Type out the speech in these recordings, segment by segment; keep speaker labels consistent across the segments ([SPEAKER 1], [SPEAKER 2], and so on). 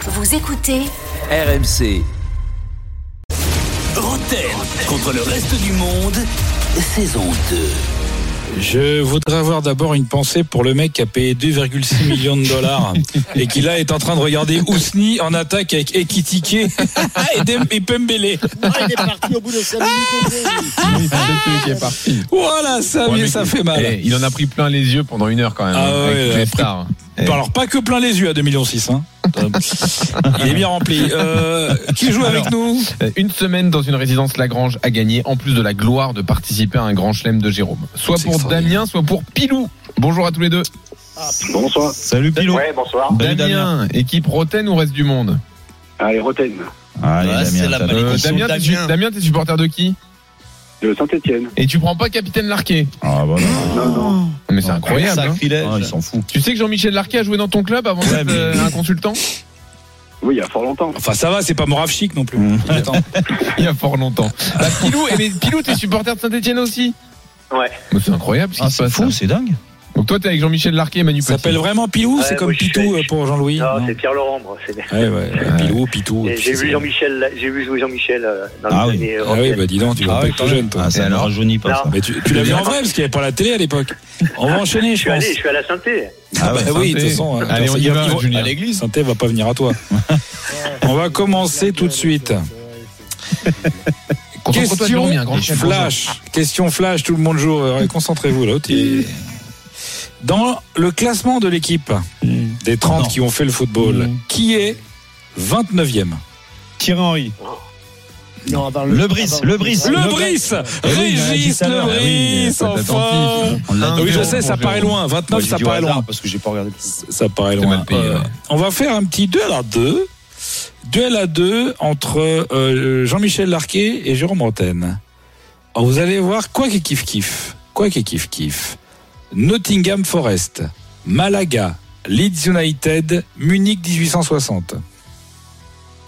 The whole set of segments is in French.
[SPEAKER 1] Vous écoutez
[SPEAKER 2] RMC. Rotten contre le reste du monde, saison 2.
[SPEAKER 3] Je voudrais avoir d'abord une pensée pour le mec qui a payé 2,6 millions de dollars et qui là est en train de regarder Ousni en attaque avec Ekitike et, Dem- et Pembele.
[SPEAKER 4] il est parti au bout de 5
[SPEAKER 3] Ah
[SPEAKER 4] minutes.
[SPEAKER 3] Voilà, ça,
[SPEAKER 5] Ouais,
[SPEAKER 3] mais
[SPEAKER 5] mais
[SPEAKER 3] ça
[SPEAKER 5] il-
[SPEAKER 3] fait mal.
[SPEAKER 5] Eh, il en a pris plein les yeux pendant une heure quand même. hein,
[SPEAKER 3] Ah
[SPEAKER 5] avec
[SPEAKER 3] ouais,
[SPEAKER 5] toutes les
[SPEAKER 3] après-
[SPEAKER 5] stars.
[SPEAKER 3] Bah, Alors pas que plein les yeux à 2,6 millions. Hein. Il est bien rempli. Euh, qui joue avec
[SPEAKER 5] Alors,
[SPEAKER 3] nous
[SPEAKER 5] Euh, Une semaine dans une résidence Lagrange à gagner, en plus de la gloire de participer à un grand chelem de Jérôme. Soit
[SPEAKER 3] C'est
[SPEAKER 5] pour
[SPEAKER 3] extraordinaire.
[SPEAKER 5] Damien, soit pour Pilou. Bonjour à tous les deux.
[SPEAKER 6] Bonsoir.
[SPEAKER 7] Salut Pilou.
[SPEAKER 6] Ouais, bonsoir.
[SPEAKER 7] Salut,
[SPEAKER 5] Damien, équipe Roten ou reste du monde
[SPEAKER 6] Allez, Roten,
[SPEAKER 7] Allez,
[SPEAKER 8] Ouais, c'est
[SPEAKER 7] Damien,
[SPEAKER 8] la
[SPEAKER 7] t'as-
[SPEAKER 8] malédiction.
[SPEAKER 5] Euh, Damien, t'es su-
[SPEAKER 8] Damien.
[SPEAKER 5] Damien, t'es supporter de qui
[SPEAKER 6] de Saint-Etienne.
[SPEAKER 5] Et tu prends pas Capitaine Larquet Ah,
[SPEAKER 7] Ah, voilà.
[SPEAKER 6] Non, non.
[SPEAKER 5] Mais c'est incroyable. hein.
[SPEAKER 8] Sacrilège.
[SPEAKER 7] Ah, il s'en fout.
[SPEAKER 5] Tu sais que Jean-Michel Larquet a joué dans ton club avant
[SPEAKER 7] Ouais,
[SPEAKER 5] d'être
[SPEAKER 7] mais-
[SPEAKER 5] euh, un consultant
[SPEAKER 6] Oui, il y a fort longtemps.
[SPEAKER 3] Enfin ça va, c'est pas Morav Chic non plus.
[SPEAKER 7] Mmh.
[SPEAKER 3] Attends.
[SPEAKER 5] Il y a fort longtemps. Bah, Pilou, eh, mais Pilou, t'es supporter de Saint-Etienne aussi
[SPEAKER 6] Ouais.
[SPEAKER 5] Mais C'est incroyable ce qui
[SPEAKER 7] Ah,
[SPEAKER 5] se passe. là.
[SPEAKER 7] c'est dingue.
[SPEAKER 5] Donc toi, t'es avec Jean-Michel Larquet et Manu
[SPEAKER 3] Il
[SPEAKER 5] Petit.
[SPEAKER 3] s'appelle vraiment Pilou,
[SPEAKER 9] Ouais,
[SPEAKER 3] c'est comme
[SPEAKER 9] moi, je suis
[SPEAKER 3] Pitou
[SPEAKER 9] avec-
[SPEAKER 3] euh, pour Jean-Louis.
[SPEAKER 9] Non,
[SPEAKER 3] Non.
[SPEAKER 9] c'est Pierre Laurent, moi. c'est-
[SPEAKER 3] Ouais, ouais, Pilou, Pitou.
[SPEAKER 9] Et J'ai
[SPEAKER 3] c'est-
[SPEAKER 9] vu Jean-Michel, j'ai vu jouer Jean-Michel euh, dans
[SPEAKER 7] Ah
[SPEAKER 9] les
[SPEAKER 7] oui.
[SPEAKER 9] années
[SPEAKER 3] Ah oui,
[SPEAKER 9] européennes.
[SPEAKER 3] bah dis donc, tu vas
[SPEAKER 7] Ah
[SPEAKER 3] pas
[SPEAKER 7] ouais,
[SPEAKER 3] être tout jeune toi.
[SPEAKER 7] Ah, ça ne
[SPEAKER 5] alors
[SPEAKER 7] rajeunit pas.
[SPEAKER 9] Non.
[SPEAKER 7] ça.
[SPEAKER 3] Mais tu, tu l'as vu en vrai parce qu'il n'y avait pas la télé à l'époque. Ah, On va enchaîner,
[SPEAKER 9] Je
[SPEAKER 3] je
[SPEAKER 9] suis
[SPEAKER 3] pense.
[SPEAKER 9] allé, je suis à la santé.
[SPEAKER 7] Ah ouais.
[SPEAKER 3] Bah oui, de toute
[SPEAKER 5] Santé.
[SPEAKER 3] façon. euh,
[SPEAKER 5] Allez, on y
[SPEAKER 3] ils
[SPEAKER 5] va,
[SPEAKER 3] vont-
[SPEAKER 5] Julien.
[SPEAKER 3] à l'église. Santé va pas venir à toi. On va commencer tout de suite.
[SPEAKER 5] Concentre-toi,
[SPEAKER 3] Question
[SPEAKER 5] Jérôme, il y a un grand chef.
[SPEAKER 3] flash. Question flash, tout le monde joue. Euh, Concentrez-vous, l'autre. il est- Dans le classement de l'équipe des 30
[SPEAKER 7] Hmm. Non. Hmm.
[SPEAKER 3] qui ont fait le football, qui est 29e
[SPEAKER 7] Thierry Henry.
[SPEAKER 4] Non, avant
[SPEAKER 7] Le Brice,
[SPEAKER 4] avant-
[SPEAKER 7] le Brice.
[SPEAKER 3] Le
[SPEAKER 7] Le
[SPEAKER 3] Brice
[SPEAKER 7] Eh oui, il a dit
[SPEAKER 3] Régis
[SPEAKER 7] ça
[SPEAKER 3] Le
[SPEAKER 7] alors. Eh
[SPEAKER 3] Brice,
[SPEAKER 5] faut être
[SPEAKER 3] enfin
[SPEAKER 5] attentif.
[SPEAKER 7] On l'a
[SPEAKER 3] Oui,
[SPEAKER 7] dit.
[SPEAKER 3] je sais, ça
[SPEAKER 5] Jérôme.
[SPEAKER 3] paraît loin.
[SPEAKER 7] Moi,
[SPEAKER 3] 29,
[SPEAKER 7] j'ai
[SPEAKER 3] ça
[SPEAKER 7] dit au
[SPEAKER 3] paraît
[SPEAKER 7] hasard
[SPEAKER 3] loin.
[SPEAKER 7] Parce que j'ai pas regardé. le-
[SPEAKER 3] Ça paraît
[SPEAKER 5] C'est
[SPEAKER 3] loin.
[SPEAKER 5] mal payé,
[SPEAKER 3] Euh,
[SPEAKER 5] ouais.
[SPEAKER 3] On va faire un petit duel à deux. Duel à deux entre euh, Jean-Michel Larquet et Jérôme Roten. Alors, vous allez voir, quoi qu'il kiffe kiff, quoi qu'il kiffe kiff, Nottingham Forest, Malaga, Leeds United, Munich 1860.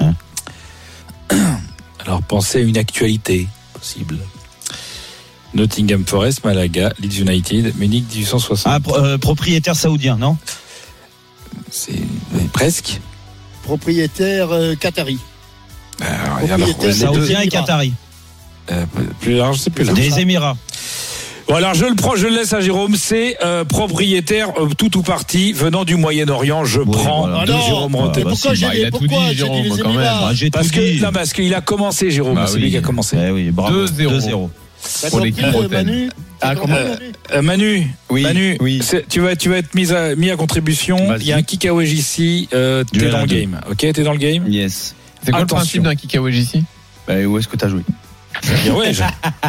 [SPEAKER 7] Hein
[SPEAKER 3] Alors pensez à une actualité possible. Nottingham Forest, Malaga, Leeds United, Munich 1860.
[SPEAKER 7] Ah, pro- euh, propriétaire saoudien, non
[SPEAKER 3] C'est mais presque.
[SPEAKER 4] Propriétaire euh, Qatari.
[SPEAKER 3] Alors,
[SPEAKER 4] Propriétaire
[SPEAKER 3] les deux-
[SPEAKER 7] Saoudien et
[SPEAKER 4] Émirats.
[SPEAKER 7] Qatari.
[SPEAKER 3] Euh, plus large, c'est plus large.
[SPEAKER 7] Des Émirats.
[SPEAKER 3] Bon, alors je le prends, je le laisse à Jérôme. C'est euh, propriétaire euh, tout ou partie venant du Moyen-Orient. Je
[SPEAKER 7] Oui,
[SPEAKER 3] prends
[SPEAKER 7] voilà.
[SPEAKER 4] Ah
[SPEAKER 3] de
[SPEAKER 4] non.
[SPEAKER 3] Jérôme Roten.
[SPEAKER 7] bah,
[SPEAKER 4] pourquoi
[SPEAKER 7] si,
[SPEAKER 4] j'ai
[SPEAKER 5] bah, il a tout
[SPEAKER 4] pourquoi
[SPEAKER 5] dit,
[SPEAKER 4] j'ai
[SPEAKER 5] Jérôme,
[SPEAKER 4] les
[SPEAKER 5] quand
[SPEAKER 4] Émirats
[SPEAKER 7] Ah, j'ai tout
[SPEAKER 3] Parce que
[SPEAKER 7] dit.
[SPEAKER 3] non, parce qu'il a commencé Jérôme.
[SPEAKER 5] Bah
[SPEAKER 3] c'est
[SPEAKER 5] oui.
[SPEAKER 3] lui qui a commencé.
[SPEAKER 7] Eh oui, bravo.
[SPEAKER 5] 2-0.
[SPEAKER 7] 2-0.
[SPEAKER 4] T'as
[SPEAKER 5] pour
[SPEAKER 4] compris,
[SPEAKER 5] l'équipe
[SPEAKER 4] euh,
[SPEAKER 5] bretonne.
[SPEAKER 4] Manu T'as
[SPEAKER 5] Ah,
[SPEAKER 4] compris,
[SPEAKER 3] comment-
[SPEAKER 4] Manu
[SPEAKER 3] Euh, Manu, Manu,
[SPEAKER 7] oui.
[SPEAKER 3] c'est- tu vas, tu vas être mis à, mis à contribution.
[SPEAKER 7] Vas-y.
[SPEAKER 3] Il y a un kick away ici. Euh, t'es
[SPEAKER 7] Duel à
[SPEAKER 3] dans le
[SPEAKER 7] deux.
[SPEAKER 3] game. Ok, t'es dans le game.
[SPEAKER 7] Yes.
[SPEAKER 5] C'est
[SPEAKER 3] Attention.
[SPEAKER 5] quoi
[SPEAKER 3] Eh,
[SPEAKER 5] le principe d'un kick away ici
[SPEAKER 7] où est-ce que t'as joué
[SPEAKER 3] Bien ouais, je-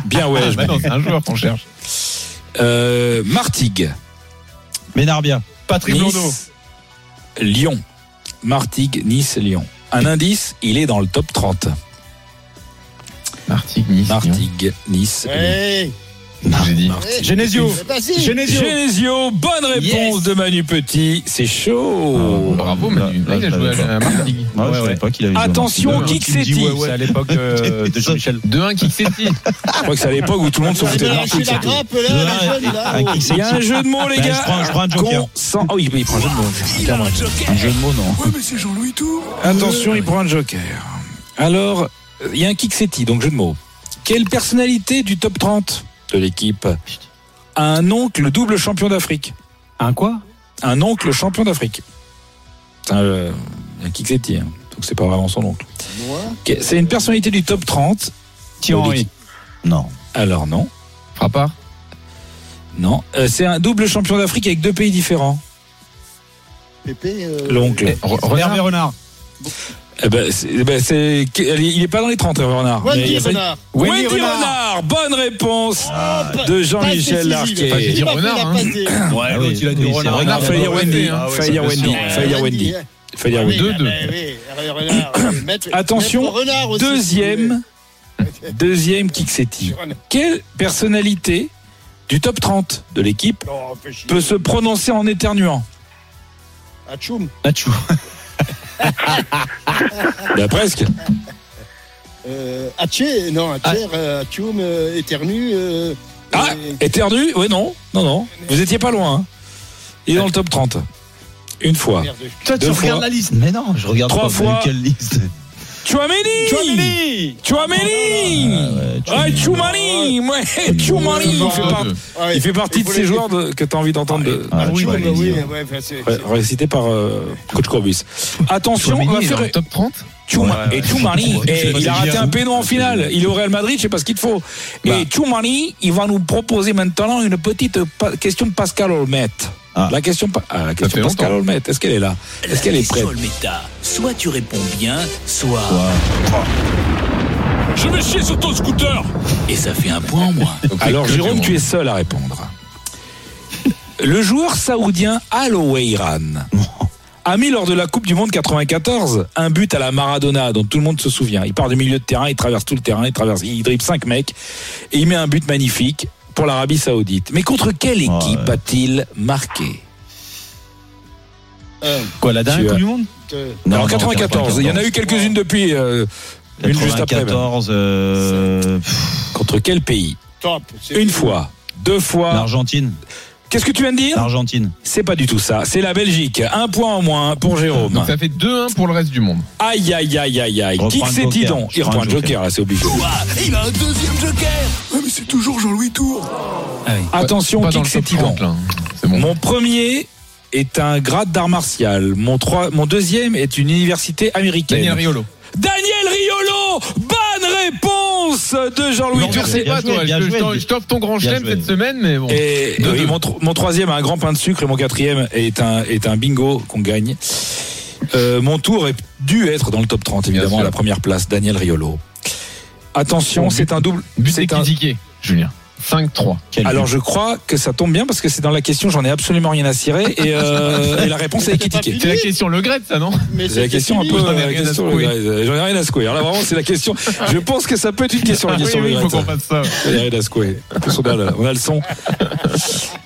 [SPEAKER 3] bien ouais. je-
[SPEAKER 5] Bah non, c'est un joueur qu'on cherche.
[SPEAKER 3] Euh, Martigues,
[SPEAKER 7] Ménarbia. Patrick Blondeau.
[SPEAKER 3] Nice, Lyon, Martigues, Nice, Lyon. Un indice, il est dans le top 30.
[SPEAKER 5] Martigues, Nice.
[SPEAKER 3] Martigues, Nice. Lyon.
[SPEAKER 4] Ouais.
[SPEAKER 5] Lyon. J'ai dit.
[SPEAKER 4] Ouais.
[SPEAKER 7] Genesio.
[SPEAKER 4] Eh, C'est pas si.
[SPEAKER 3] Genesio, bonne réponse de Manu Petit, c'est chaud.
[SPEAKER 5] Bravo, Manu.
[SPEAKER 7] Ouais,
[SPEAKER 5] il a
[SPEAKER 7] je
[SPEAKER 5] joué
[SPEAKER 7] l'avais
[SPEAKER 5] à à Martigues.
[SPEAKER 7] Ouais, je savais pas qu'il avait joué.
[SPEAKER 3] Attention,
[SPEAKER 5] Ouais,
[SPEAKER 3] kick
[SPEAKER 5] tu me dis
[SPEAKER 3] Seti.
[SPEAKER 5] ouais, ouais. C'est à l'époque euh, de Jean-Michel. 2-1 kick Seti.
[SPEAKER 3] Je crois que c'est à l'époque où tout le monde se
[SPEAKER 4] Il
[SPEAKER 3] foutait de
[SPEAKER 4] m'a lâché
[SPEAKER 3] Martigues.
[SPEAKER 4] la
[SPEAKER 3] Seti.
[SPEAKER 4] grappe là,
[SPEAKER 7] Ouais,
[SPEAKER 4] la jeune là.
[SPEAKER 7] un
[SPEAKER 4] oh.
[SPEAKER 7] kick
[SPEAKER 3] Il y a un jeu de mots, les
[SPEAKER 7] Ben,
[SPEAKER 3] gars.
[SPEAKER 7] je prends- je prends un joker.
[SPEAKER 3] Consent- Oh, il, il prend un jeu de mots. Clairement.
[SPEAKER 7] Un jeu de mots, non
[SPEAKER 3] Attention, il prend un joker. Alors, euh, il y a un kick Seti, donc jeu de mots. Quelle personnalité du top 30 de l'équipe a un oncle double champion d'Afrique
[SPEAKER 7] Un quoi
[SPEAKER 3] Un oncle champion d'Afrique. C'est un, euh, un kick Seti, hein. donc c'est pas vraiment son oncle.
[SPEAKER 4] Moi
[SPEAKER 3] Ok, C'est une personnalité du top 30
[SPEAKER 7] Thierry Henry. Non.
[SPEAKER 3] Alors non,
[SPEAKER 5] Frappard.
[SPEAKER 3] non. Euh, c'est un double champion d'Afrique avec deux pays différents.
[SPEAKER 4] Pépé. euh,
[SPEAKER 3] L'oncle.
[SPEAKER 5] Re- Renard.
[SPEAKER 7] Hervé Renard.
[SPEAKER 3] Eh ben, c'est- eh ben, c'est- il est pas dans les 30, Hervé Renard. Mais il
[SPEAKER 4] Wendy
[SPEAKER 3] y a-
[SPEAKER 4] Renard.
[SPEAKER 3] Wendy Renard. Bonne réponse de Jean-Michel
[SPEAKER 4] Passe décisive.
[SPEAKER 5] Enfin, j'ai
[SPEAKER 3] Larquet.
[SPEAKER 5] dit
[SPEAKER 4] Il m'a fait la
[SPEAKER 5] Renard, hein.
[SPEAKER 4] passe dé-
[SPEAKER 7] Ouais,
[SPEAKER 5] l'autre, il a dit Renard.
[SPEAKER 3] Ah,
[SPEAKER 5] Renard,
[SPEAKER 3] fallait dire
[SPEAKER 5] Ah,
[SPEAKER 3] Wendy,
[SPEAKER 5] ah
[SPEAKER 3] hein.
[SPEAKER 5] ouais,
[SPEAKER 3] Fallait dire
[SPEAKER 5] c'est
[SPEAKER 3] Wendy,
[SPEAKER 5] sûr.
[SPEAKER 3] fallait dire Wendy,
[SPEAKER 4] hein.
[SPEAKER 3] fallait dire
[SPEAKER 4] Ah oui,
[SPEAKER 3] Wendy.
[SPEAKER 5] Deux, deux.
[SPEAKER 4] ah oui, Hervé Renard. Mettre-
[SPEAKER 3] Attention,
[SPEAKER 4] mettre Renard aussi,
[SPEAKER 3] Deuxième, deuxième
[SPEAKER 4] si
[SPEAKER 3] Kixetti.
[SPEAKER 4] vous voulez.
[SPEAKER 3] Quelle personnalité du top 30 de l'équipe
[SPEAKER 4] Non, fais chier.
[SPEAKER 3] peut se prononcer en éternuant
[SPEAKER 4] Atchoum.
[SPEAKER 7] Nachou.
[SPEAKER 3] Bah presque.
[SPEAKER 4] Euh, Hatché, non, Hatcher, euh, Hatchoum, euh, éternu. euh,
[SPEAKER 3] Ah,
[SPEAKER 4] et-
[SPEAKER 3] éternu Ouais, non, non, non. Vous étiez pas loin. hein. Il est dans le top 30. Une fois.
[SPEAKER 4] Merde, je-
[SPEAKER 5] Toi,
[SPEAKER 3] tu Deux regardes fois.
[SPEAKER 5] la liste.
[SPEAKER 7] Mais non, je regarde
[SPEAKER 3] Trois
[SPEAKER 7] pas. vous avez
[SPEAKER 3] fois.
[SPEAKER 7] Quelle liste
[SPEAKER 3] Chouameni Chouameni Ah, Choumani Ouais, Choumani Il fait par-
[SPEAKER 4] Ah ouais,
[SPEAKER 3] il fait partie
[SPEAKER 4] il
[SPEAKER 3] de
[SPEAKER 4] voulait-
[SPEAKER 3] ces joueurs de- que tu as envie d'entendre de-
[SPEAKER 7] Ah,
[SPEAKER 4] Ah,
[SPEAKER 7] oui,
[SPEAKER 4] Tchoum,
[SPEAKER 7] bah,
[SPEAKER 4] oui,
[SPEAKER 7] vas-y.
[SPEAKER 4] ouais, enfin, c'est-
[SPEAKER 3] ré- réciter par euh, Coach Corbus. Attention, on va
[SPEAKER 5] est dans
[SPEAKER 3] faire
[SPEAKER 5] le top 30
[SPEAKER 3] Tchouma-
[SPEAKER 7] hein. Ouais,
[SPEAKER 3] et
[SPEAKER 7] ouais.
[SPEAKER 3] Tchoumani,
[SPEAKER 7] Je sais
[SPEAKER 3] et
[SPEAKER 7] pas
[SPEAKER 3] il a
[SPEAKER 7] si
[SPEAKER 3] raté
[SPEAKER 7] j'ai
[SPEAKER 3] un
[SPEAKER 7] un-
[SPEAKER 3] péno en finale. Il est au Real Madrid, je sais pas ce qu'il te faut.
[SPEAKER 7] Bah.
[SPEAKER 3] Et Tchoumani, il va nous proposer maintenant une petite pa- question de Pascal Olmet.
[SPEAKER 7] Ah.
[SPEAKER 3] La question, pa- ah, la question
[SPEAKER 5] fait
[SPEAKER 3] Pascal Olmet, est-ce qu'elle est là
[SPEAKER 2] La
[SPEAKER 3] Est-ce qu'elle est prête
[SPEAKER 2] question Olmeta. Soit tu réponds bien, soit.
[SPEAKER 3] Je vais chier sur ton scooter
[SPEAKER 2] Et ça fait un point en moins.
[SPEAKER 3] Alors Jérôme, tu es seul à répondre. Le joueur saoudien Al Oweiran a mis lors de la Coupe du Monde 94 un but à la Maradona dont tout le monde se souvient. Il part du milieu de terrain, il traverse tout le terrain, il traverse, il dribble 5 mecs et il met un but magnifique pour l'Arabie Saoudite. Mais contre quelle équipe
[SPEAKER 7] Ah ouais.
[SPEAKER 3] a-t-il marqué
[SPEAKER 4] Un,
[SPEAKER 7] Quoi, la
[SPEAKER 3] Tu
[SPEAKER 7] dernière
[SPEAKER 3] as-
[SPEAKER 7] Coupe du Monde
[SPEAKER 4] deux,
[SPEAKER 7] Non,
[SPEAKER 3] Alors
[SPEAKER 7] non,
[SPEAKER 3] 94, il y en a eu quelques-unes depuis euh, une juste après. même.
[SPEAKER 7] 94, euh, pff,
[SPEAKER 3] Contre quel pays
[SPEAKER 4] top. c'est-
[SPEAKER 3] Une fois, deux fois.
[SPEAKER 7] l'Argentine.
[SPEAKER 3] Qu'est-ce que tu viens de dire
[SPEAKER 7] L'Argentine.
[SPEAKER 3] C'est pas du tout ça, c'est la Belgique. Un point en moins pour Jérôme.
[SPEAKER 5] Donc ça fait 2-1 pour le reste du monde.
[SPEAKER 3] Aïe, aïe, aïe, aïe, aïe.
[SPEAKER 7] Reprends
[SPEAKER 3] Qui que
[SPEAKER 7] un
[SPEAKER 3] c'est
[SPEAKER 7] joker.
[SPEAKER 3] Tidon Il
[SPEAKER 7] Je prends
[SPEAKER 3] reprend
[SPEAKER 7] un
[SPEAKER 3] un
[SPEAKER 7] joker.
[SPEAKER 3] joker, là, c'est obligé.
[SPEAKER 2] Ouah, il a un deuxième joker Ouais, mais c'est toujours Jean-Louis Tour
[SPEAKER 3] Attention,
[SPEAKER 5] Ah Pas
[SPEAKER 3] qui
[SPEAKER 5] dans
[SPEAKER 3] que
[SPEAKER 5] le
[SPEAKER 3] c'est
[SPEAKER 5] top
[SPEAKER 3] Tidon
[SPEAKER 5] 30, là. hein. C'est bon.
[SPEAKER 3] Mon premier est un grade d'art martial. Mon, trois- mon deuxième est une université américaine.
[SPEAKER 5] Daniel Riolo.
[SPEAKER 3] Daniel Riolo Bonne réponse de Jean-Louis
[SPEAKER 5] Non,
[SPEAKER 3] Tour.
[SPEAKER 5] je sais
[SPEAKER 7] bien
[SPEAKER 5] pas,
[SPEAKER 7] joué,
[SPEAKER 5] toi.
[SPEAKER 7] bien
[SPEAKER 5] Je
[SPEAKER 7] joué.
[SPEAKER 5] t'en- je t'offre ton grand
[SPEAKER 7] Bien
[SPEAKER 5] chelem
[SPEAKER 7] joué.
[SPEAKER 5] cette semaine, mais bon.
[SPEAKER 3] Et
[SPEAKER 5] Deux,
[SPEAKER 3] oui,
[SPEAKER 5] deux.
[SPEAKER 3] mon, tro- mon troisième a un grand pain de sucre et mon quatrième est un, est un bingo qu'on gagne. Euh, mon tour aurait dû être dans le top 30, évidemment,
[SPEAKER 5] sûr.
[SPEAKER 3] à la première place. Daniel Riolo. Attention,
[SPEAKER 5] Bon,
[SPEAKER 3] c'est un double.
[SPEAKER 5] But
[SPEAKER 3] c'est un-
[SPEAKER 5] critiqué, Julien. 5-3.
[SPEAKER 7] Quel
[SPEAKER 3] Alors je crois que ça tombe bien parce que c'est dans la question, j'en ai absolument rien à cirer et, euh, et la réponse est critiquée.
[SPEAKER 5] C'est la question Le Gret, ça, non
[SPEAKER 4] Mais
[SPEAKER 3] C'est la
[SPEAKER 4] c'était
[SPEAKER 3] question un
[SPEAKER 4] fini.
[SPEAKER 3] peu.
[SPEAKER 5] J'en ai
[SPEAKER 3] la
[SPEAKER 5] rien à
[SPEAKER 3] question,
[SPEAKER 5] secouer.
[SPEAKER 3] euh, J'en ai rien à secouer. Alors là, vraiment, c'est la question. Je pense que ça peut être une question, la
[SPEAKER 5] Ah Oui,
[SPEAKER 3] question
[SPEAKER 5] oui,
[SPEAKER 3] de
[SPEAKER 5] il faut qu'on
[SPEAKER 3] Greta.
[SPEAKER 5] fasse ça.
[SPEAKER 3] J'en ai rien à secouer. En plus, on a le, on a le son.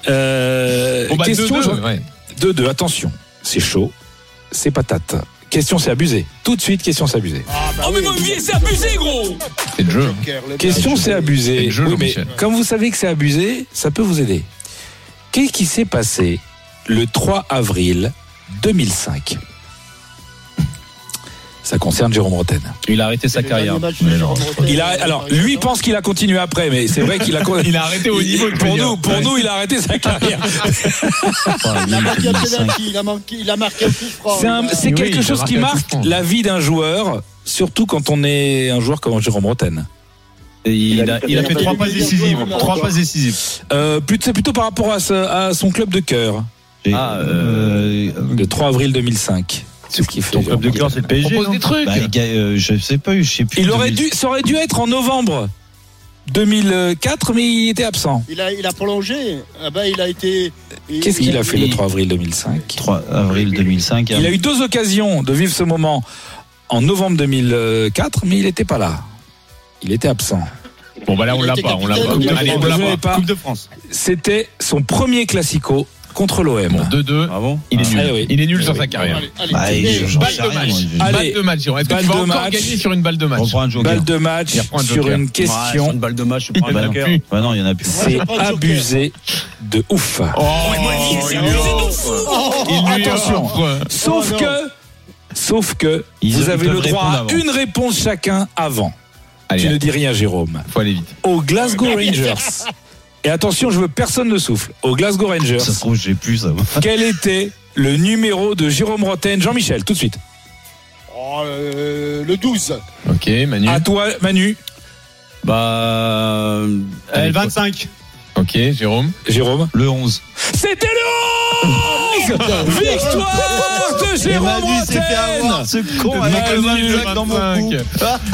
[SPEAKER 3] Euh,
[SPEAKER 5] Bon, bah,
[SPEAKER 3] question
[SPEAKER 5] 2-2. ouais.
[SPEAKER 3] 2-2. Attention, c'est chaud, c'est patate. Question, c'est abusé. Tout de suite, question, c'est abusé.
[SPEAKER 4] Ah, bah
[SPEAKER 2] Oh, mais
[SPEAKER 4] oui,
[SPEAKER 2] mon vieux, c'est abusé, gros
[SPEAKER 5] C'est le jeu.
[SPEAKER 4] Joker, le
[SPEAKER 3] Question,
[SPEAKER 4] gars,
[SPEAKER 3] c'est
[SPEAKER 5] C'est
[SPEAKER 3] abusé.
[SPEAKER 5] Ah, le jeu,
[SPEAKER 3] Oui, mais
[SPEAKER 5] Jean-Michel.
[SPEAKER 3] comme vous savez que c'est abusé, ça peut vous aider. Qu'est-ce qui s'est passé le 3 avril 2005 Ça concerne Jérôme Roten.
[SPEAKER 7] Il a arrêté sa
[SPEAKER 4] le dernier
[SPEAKER 7] carrière.
[SPEAKER 4] match de
[SPEAKER 7] Mais non.
[SPEAKER 4] Jérôme Rotten.
[SPEAKER 3] Il a, alors, lui il pense qu'il a continué après, mais c'est vrai qu'il a. con-
[SPEAKER 5] Il a arrêté au niveau.
[SPEAKER 3] pour nous, pour nous, il a arrêté sa carrière.
[SPEAKER 7] Pas
[SPEAKER 4] Il a marqué un
[SPEAKER 7] 2005.
[SPEAKER 4] penalty, il a marqué, il a marqué un coup franc.
[SPEAKER 3] C'est un-
[SPEAKER 4] Il a-
[SPEAKER 3] c'est
[SPEAKER 5] Oui,
[SPEAKER 3] quelque
[SPEAKER 5] il a
[SPEAKER 3] chose
[SPEAKER 5] marqué
[SPEAKER 3] qui
[SPEAKER 5] un coup
[SPEAKER 3] marque
[SPEAKER 5] franc.
[SPEAKER 3] la vie d'un joueur, surtout quand on est un joueur comme Jérôme Roten.
[SPEAKER 7] Et Il a, il a fait trois passes décisives. Trois passes décisives.
[SPEAKER 3] Euh, plus- c'est plutôt par rapport à, ce- à son club de cœur,
[SPEAKER 7] Ah, euh,
[SPEAKER 3] le 3 avril 2005. C'est ce qu'il fait.
[SPEAKER 7] ton club de
[SPEAKER 3] Jérôme
[SPEAKER 7] cœur, c'est le PSG.
[SPEAKER 5] Propose
[SPEAKER 7] non
[SPEAKER 5] des trucs.
[SPEAKER 7] Bah, les gars, euh, je sais pas, je sais plus.
[SPEAKER 3] Il aurait dû, ça aurait dû être en novembre 2004, mais il était absent.
[SPEAKER 4] Il a, il a prolongé. Ah bah, il a été. il-
[SPEAKER 3] Qu'est-ce qu'il a fait le
[SPEAKER 7] il-
[SPEAKER 3] 3 avril 2005
[SPEAKER 7] 3 avril 2005.
[SPEAKER 3] Il a eu deux occasions de vivre ce moment en novembre 2004, mais il n'était pas là. Il était absent.
[SPEAKER 5] Bon, bah là,
[SPEAKER 4] Il
[SPEAKER 5] on
[SPEAKER 4] a
[SPEAKER 5] l'a
[SPEAKER 4] été
[SPEAKER 5] pas. On l'a
[SPEAKER 4] capitaine, il a
[SPEAKER 5] pas.
[SPEAKER 4] été
[SPEAKER 5] Allez, on
[SPEAKER 3] capitaine.
[SPEAKER 5] l'a
[SPEAKER 3] pas.
[SPEAKER 7] Coupe de France.
[SPEAKER 3] C'était son premier classico contre l'OM.
[SPEAKER 5] Bon, 2-2.
[SPEAKER 7] Ah bon
[SPEAKER 5] Il est
[SPEAKER 7] Ah.
[SPEAKER 3] Ah oui.
[SPEAKER 5] nul. Il est nul
[SPEAKER 7] Ah
[SPEAKER 5] sur
[SPEAKER 7] oui.
[SPEAKER 5] sa carrière.
[SPEAKER 4] Allez, allez,
[SPEAKER 7] Bah,
[SPEAKER 4] tenez.
[SPEAKER 7] je- j'en
[SPEAKER 5] Balle
[SPEAKER 7] sais
[SPEAKER 5] de
[SPEAKER 7] rien,
[SPEAKER 5] match.
[SPEAKER 7] moi, je-
[SPEAKER 3] Allez.
[SPEAKER 5] Balle de match, Jérôme. Est-ce que
[SPEAKER 3] Balle
[SPEAKER 5] tu vas
[SPEAKER 3] de
[SPEAKER 5] encore
[SPEAKER 3] match.
[SPEAKER 5] gagner sur une balle de
[SPEAKER 7] On
[SPEAKER 5] match
[SPEAKER 7] prend un joker.
[SPEAKER 3] balle de match
[SPEAKER 5] Il reprend un
[SPEAKER 3] sur
[SPEAKER 5] joker.
[SPEAKER 3] une
[SPEAKER 7] Ouais,
[SPEAKER 3] question.
[SPEAKER 7] balle de match, je prends
[SPEAKER 5] Bah,
[SPEAKER 7] un
[SPEAKER 5] non
[SPEAKER 7] joker.
[SPEAKER 5] plus.
[SPEAKER 7] Bah non, il y en a plus.
[SPEAKER 3] C'est
[SPEAKER 4] je prends le joker.
[SPEAKER 3] abusé de ouf.
[SPEAKER 5] Oh,
[SPEAKER 2] Ouais, moi, il- c'est
[SPEAKER 5] il
[SPEAKER 2] abusé
[SPEAKER 5] lui
[SPEAKER 2] de fou
[SPEAKER 5] Attention.
[SPEAKER 3] Sauf
[SPEAKER 4] Oh, non.
[SPEAKER 3] que, sauf que,
[SPEAKER 7] Ils-
[SPEAKER 3] vous
[SPEAKER 7] ils
[SPEAKER 3] avez
[SPEAKER 7] peuvent
[SPEAKER 3] le droit
[SPEAKER 7] répondre
[SPEAKER 3] à
[SPEAKER 7] avant.
[SPEAKER 3] une réponse chacun avant. Tu ne
[SPEAKER 5] Allez,
[SPEAKER 3] dis rien, Jérôme.
[SPEAKER 5] faut aller vite.
[SPEAKER 3] Au Glasgow Rangers. Et attention, je veux personne ne souffle. Au Glasgow Rangers.
[SPEAKER 7] Ça se trouve, j'ai plus ça.
[SPEAKER 3] Quel était le numéro de Jérôme Roten Jean-Michel, tout de suite.
[SPEAKER 4] Oh, euh, le 12.
[SPEAKER 5] Ok, Manu.
[SPEAKER 3] À toi, Manu.
[SPEAKER 7] Bah.
[SPEAKER 5] Allez,
[SPEAKER 7] L25.
[SPEAKER 5] Ok, Jérôme.
[SPEAKER 3] Jérôme.
[SPEAKER 7] Le 11.
[SPEAKER 3] C'était le 11 Victoire de
[SPEAKER 7] Et
[SPEAKER 3] Jérôme
[SPEAKER 7] Manu s'est ben, fait
[SPEAKER 3] Roten
[SPEAKER 7] avoir, ce con
[SPEAKER 3] Manu,
[SPEAKER 7] avec le Ah,
[SPEAKER 3] le
[SPEAKER 7] 25 dans mon cou.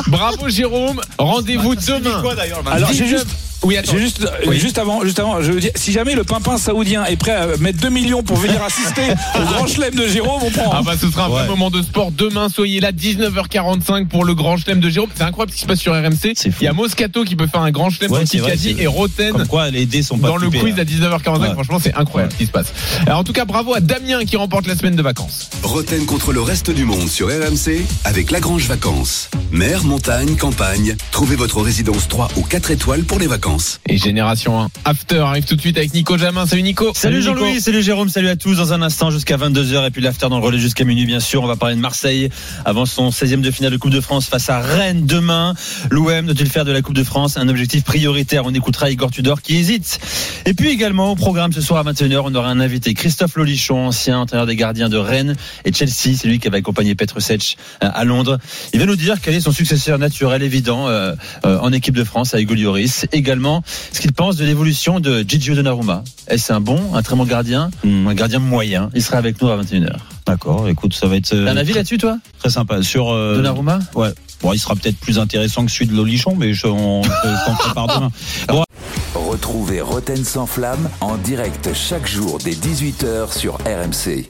[SPEAKER 5] Bravo, Jérôme. Rendez-vous demain.
[SPEAKER 3] Alors, j'ai juste.
[SPEAKER 5] Oui, attends.
[SPEAKER 3] J'ai juste, euh, juste avant, juste avant, je veux dire, si jamais le pimpin saoudien est prêt à mettre 2 millions pour venir assister au grand chelem de Jérôme, on prend.
[SPEAKER 5] Ah bah ce sera un vrai
[SPEAKER 7] Ouais.
[SPEAKER 5] moment de sport demain soyez là 19h45 pour le grand chelem de Jérôme c'est incroyable ce qui se passe sur RMC
[SPEAKER 7] C'est fou.
[SPEAKER 5] il y a Moscato qui peut faire un grand chelem
[SPEAKER 7] Ouais,
[SPEAKER 5] en
[SPEAKER 7] c'est vrai,
[SPEAKER 5] Kikadi
[SPEAKER 7] c'est-
[SPEAKER 5] et Roten
[SPEAKER 7] Comme quoi, les dés sont pas
[SPEAKER 5] dans le
[SPEAKER 7] coupés,
[SPEAKER 5] quiz
[SPEAKER 7] hein.
[SPEAKER 5] à 19h45
[SPEAKER 7] Ouais.
[SPEAKER 5] franchement c'est incroyable ce qui se passe alors en tout cas bravo à Damien qui remporte la semaine de vacances
[SPEAKER 1] Roten contre le reste du monde sur RMC avec Lagrange Vacances. Mer, montagne, campagne, trouvez votre résidence 3 ou 4 étoiles pour les vacances. vacances.
[SPEAKER 5] Et Génération 1 After arrive tout de suite avec Nico Jamin. Salut Nico.
[SPEAKER 7] Salut Jean-Louis, salut Jérôme, salut à tous. Dans un instant jusqu'à 22h et puis l'after dans le relais jusqu'à minuit bien sûr. On va parler de Marseille avant son 16e de finale de Coupe de France face à Rennes demain. L'OM doit-il faire de la Coupe de France un objectif prioritaire On écoutera Igor Tudor qui hésite. Et puis également au programme ce soir à 21h, on aura un invité Christophe Lolichon, ancien entraîneur des gardiens de Rennes et Chelsea, c'est lui qui avait accompagné Petr Sech euh, à Londres. Il va nous dire quel est son successeur naturel évident euh, euh, en équipe de France à Hugo Lloris. Également ce qu'il pense de l'évolution de Gigio Donnarumma. Est-ce un bon, un très bon gardien ou un gardien moyen Il sera avec nous à 21h.
[SPEAKER 8] D'accord, écoute, ça va être euh,
[SPEAKER 7] T'as un avis là-dessus toi
[SPEAKER 8] très sympa. Sur euh,
[SPEAKER 7] Donnarumma
[SPEAKER 8] bon, il sera peut-être plus intéressant que celui de Lolichon, mais je, on s'en prépare demain.
[SPEAKER 2] Retrouvez Roten sans flamme en direct chaque jour dès 18h sur RMC.